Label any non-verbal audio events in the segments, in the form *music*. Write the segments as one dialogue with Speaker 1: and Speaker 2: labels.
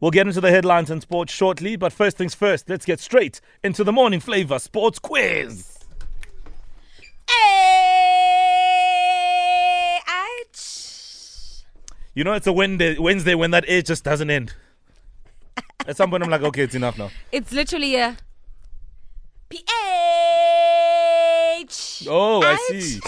Speaker 1: We'll get into the headlines and sports shortly, but first things first, let's get straight into the morning flavor sports quiz.
Speaker 2: Hey, ouch.
Speaker 1: You know, it's a Wednesday, Wednesday when that itch just doesn't end. At some point, I'm like, okay, it's enough now.
Speaker 2: It's literally a PH.
Speaker 1: Oh, I see.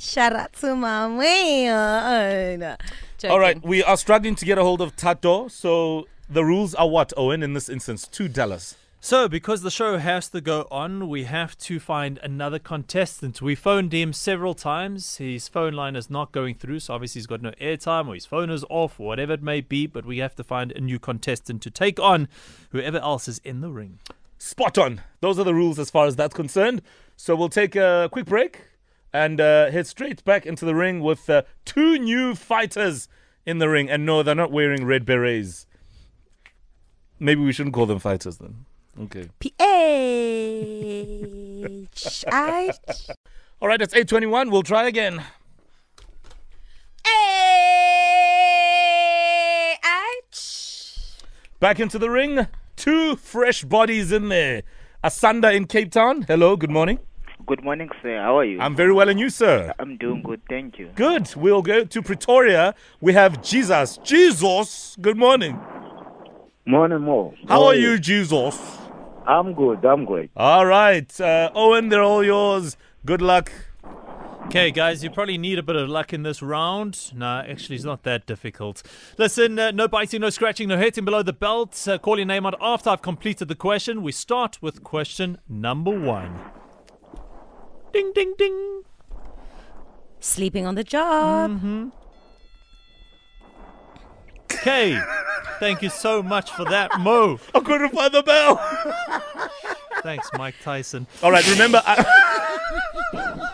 Speaker 2: Shout out to my man. Joking.
Speaker 1: All right, we are struggling to get a hold of Tato. So the rules are what, Owen, in this instance? Two dollars.
Speaker 3: So, because the show has to go on, we have to find another contestant. We phoned him several times. His phone line is not going through, so obviously he's got no airtime or his phone is off, whatever it may be. But we have to find a new contestant to take on whoever else is in the ring.
Speaker 1: Spot on. Those are the rules as far as that's concerned. So we'll take a quick break and uh, head straight back into the ring with uh, two new fighters in the ring. And no, they're not wearing red berets. Maybe we shouldn't call them fighters then. Okay.
Speaker 2: PH. ouch.
Speaker 1: All right, it's 821. We'll try again.
Speaker 2: Hey, ouch.
Speaker 1: Back into the ring. Two fresh bodies in there. Asanda in Cape Town. Hello, good morning.
Speaker 4: Good morning, sir. How are you?
Speaker 1: I'm very well, and you, sir?
Speaker 4: I'm doing good, thank you.
Speaker 1: Good. We'll go to Pretoria. We have Jesus. Jesus, good morning.
Speaker 5: Morning, Mo.
Speaker 1: How are you, Jesus?
Speaker 5: I'm good. I'm great.
Speaker 1: All right, uh, Owen, they're all yours. Good luck.
Speaker 3: Okay, guys, you probably need a bit of luck in this round. Nah, actually, it's not that difficult. Listen, uh, no biting, no scratching, no hitting below the belt. Uh, call your name out after I've completed the question. We start with question number one. Ding, ding, ding.
Speaker 2: Sleeping on the job.
Speaker 1: Mm-hmm.
Speaker 3: Okay, thank you so much for that, Mo.
Speaker 1: I couldn't find the bell.
Speaker 3: Thanks, Mike Tyson.
Speaker 1: All right, remember. I- *laughs*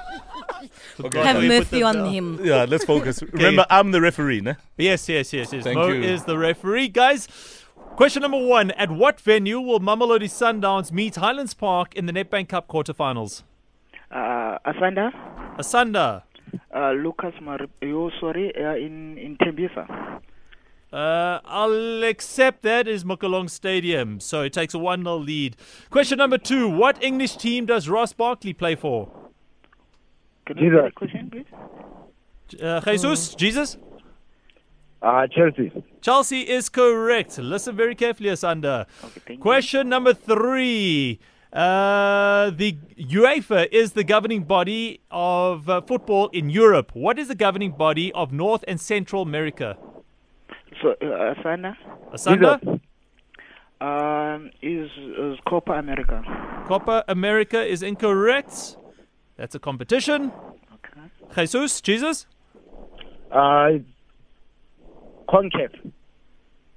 Speaker 3: Forgot
Speaker 2: Have
Speaker 3: we put
Speaker 2: mercy
Speaker 3: the
Speaker 2: on
Speaker 3: bell.
Speaker 2: him.
Speaker 1: yeah, let's focus. Remember, I'm the referee, ne?
Speaker 3: Yes, yes, yes, yes.
Speaker 1: Thank
Speaker 3: Mo
Speaker 1: you.
Speaker 3: is the referee, guys. Question number one: At what venue will Mamelodi Sundowns meet Highlands Park in the NetBank Cup quarterfinals?
Speaker 4: Uh, Asanda,
Speaker 3: Asanda,
Speaker 4: uh, Lucas Mar- oh, sorry, uh, in, in Tembisa.
Speaker 3: uh, I'll accept that is Mokolong Stadium, so it takes a one-nil lead. Question number two: What English team does Ross Barkley play for?
Speaker 4: Can you repeat
Speaker 5: Jesus.
Speaker 4: the question, please?
Speaker 3: J- Uh, Jesus, Jesus.
Speaker 5: Hmm. Uh, Chelsea.
Speaker 3: Chelsea is correct. Listen very carefully, Asanda.
Speaker 4: thank you.
Speaker 3: Question number three. Uh, the UEFA is the governing body of uh, football in Europe. What is the governing body of North and Central America?
Speaker 4: So, uh, Asanda
Speaker 3: Asanda,
Speaker 4: um, is, is Copa America.
Speaker 3: Copa America is incorrect. That's a competition.
Speaker 4: Okay.
Speaker 3: Jesus, Jesus.
Speaker 5: Uh, Concave.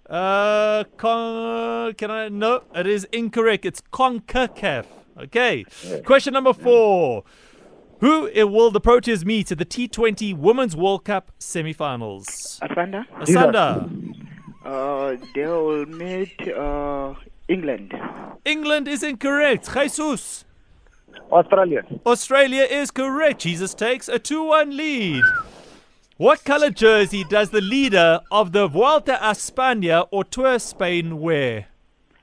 Speaker 3: Uh, con- can I? No, it is incorrect. It's CONCACAF. Okay. Question number four. Who i- will the Proteas meet at the T20 Women's World Cup semi-finals?
Speaker 4: Asanda,
Speaker 3: Asanda.
Speaker 4: uh, they will meet uh, England.
Speaker 3: England is incorrect. Jesus.
Speaker 5: Australia.
Speaker 3: Australia is correct. Jesus takes a 2-1 lead. What color jersey does the leader of the Vuelta a España or Tour Spain wear?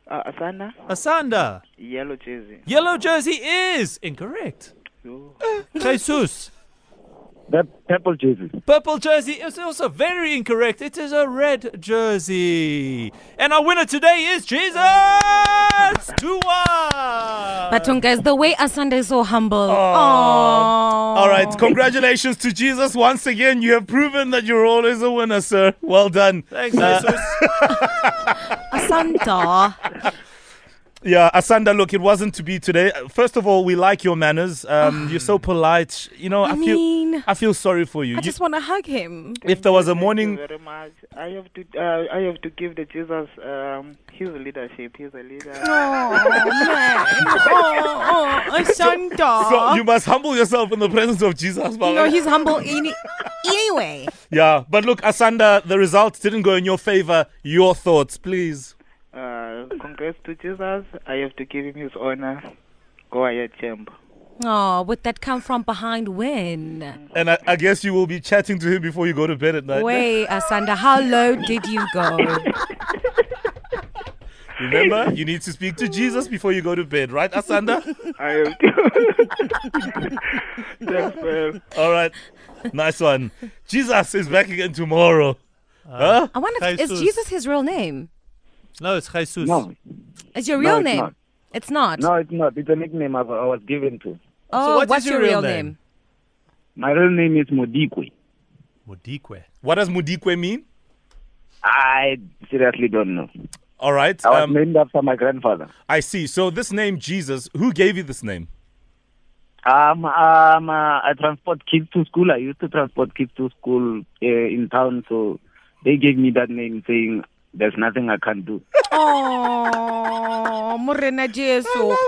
Speaker 4: Uh, Asanda,
Speaker 3: Asanda.
Speaker 4: yellow jersey.
Speaker 3: Yellow jersey is incorrect. Eh,
Speaker 4: So,
Speaker 3: Jesus.
Speaker 5: The Purple Jesus.
Speaker 3: Purple jersey is also very incorrect. It is a red jersey. And our winner today is Jesus! 2 1!
Speaker 2: But um, guys, the way Asanda is so humble. Aww.
Speaker 1: All right, congratulations to Jesus once again. You have proven that you're always a winner, sir. Well done.
Speaker 3: Thanks, Jesus.
Speaker 2: Asanda.
Speaker 1: Yeah, Asanda, look, it wasn't to be today. Uh, First of all, we like your manners. Um, you're so polite. You know, I,
Speaker 2: I
Speaker 1: feel
Speaker 2: Ah. mean,
Speaker 1: I feel sorry for you.
Speaker 2: I
Speaker 1: You-
Speaker 2: just want to hug him.
Speaker 1: if there was a
Speaker 4: Thank
Speaker 1: morning,
Speaker 4: you very much. I have to, uh, I have to give the Jesus um, his leadership. He's a leader.
Speaker 2: oh,
Speaker 3: *laughs*
Speaker 2: oh, Asanda.
Speaker 1: so you must humble yourself in the presence of Jesus.
Speaker 2: You know,
Speaker 1: Baba.
Speaker 2: he's
Speaker 3: *laughs*
Speaker 2: humble any- anyway.
Speaker 1: yeah, but look, Asanda, the results didn't go in your favor. Your thoughts, please.
Speaker 4: Uh, congrats to Jesus. I have to give him his honor. Go ahead, champ.
Speaker 2: Oh, would that come from behind when?
Speaker 1: And I, I guess you will be chatting to him before you go to bed at night.
Speaker 2: Way, Asanda, how low did you go?
Speaker 1: Remember, you need to speak to Jesus before you go to bed, right, Asanda?
Speaker 4: I am too. *laughs* Thanks, man.
Speaker 1: All right. Nice one. Jesus is back again tomorrow. huh?
Speaker 2: I wonder if is
Speaker 3: Jesus.
Speaker 2: Jesus his real name?
Speaker 3: No, it's Jesus.
Speaker 5: No,
Speaker 2: Is your real
Speaker 5: it's
Speaker 2: name?
Speaker 5: not.
Speaker 2: It's not.
Speaker 5: no, it's not. It's a nickname I, I was given to.
Speaker 2: Oh,
Speaker 3: what is
Speaker 2: what's
Speaker 3: your
Speaker 2: your real
Speaker 3: real name?
Speaker 2: name?
Speaker 5: My real name is Modikwe.
Speaker 3: Modikwe.
Speaker 1: What does Mudikwe mean?
Speaker 5: I seriously don't know.
Speaker 1: All right.
Speaker 5: I was
Speaker 1: Um,
Speaker 5: named after my grandfather.
Speaker 1: I see. So this name, Jesus, who gave you this name?
Speaker 5: Um, um, uh, I transport kids to school. I used to transport kids to school uh, in town, so they gave me that name, saying there's nothing I can't do.
Speaker 2: Oh, Morena Jesu. Oh,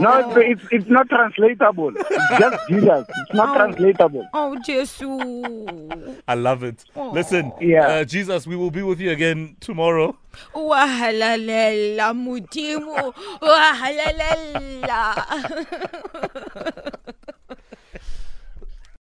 Speaker 5: No, it's it's, it's not translatable. It's just Jesus. It's not translatable.
Speaker 2: oh, Jesu.
Speaker 1: I love it. Listen,
Speaker 5: Yeah.
Speaker 1: uh, Jesus, we will be with you again tomorrow.
Speaker 2: wa *laughs* halalela modimo wa halalela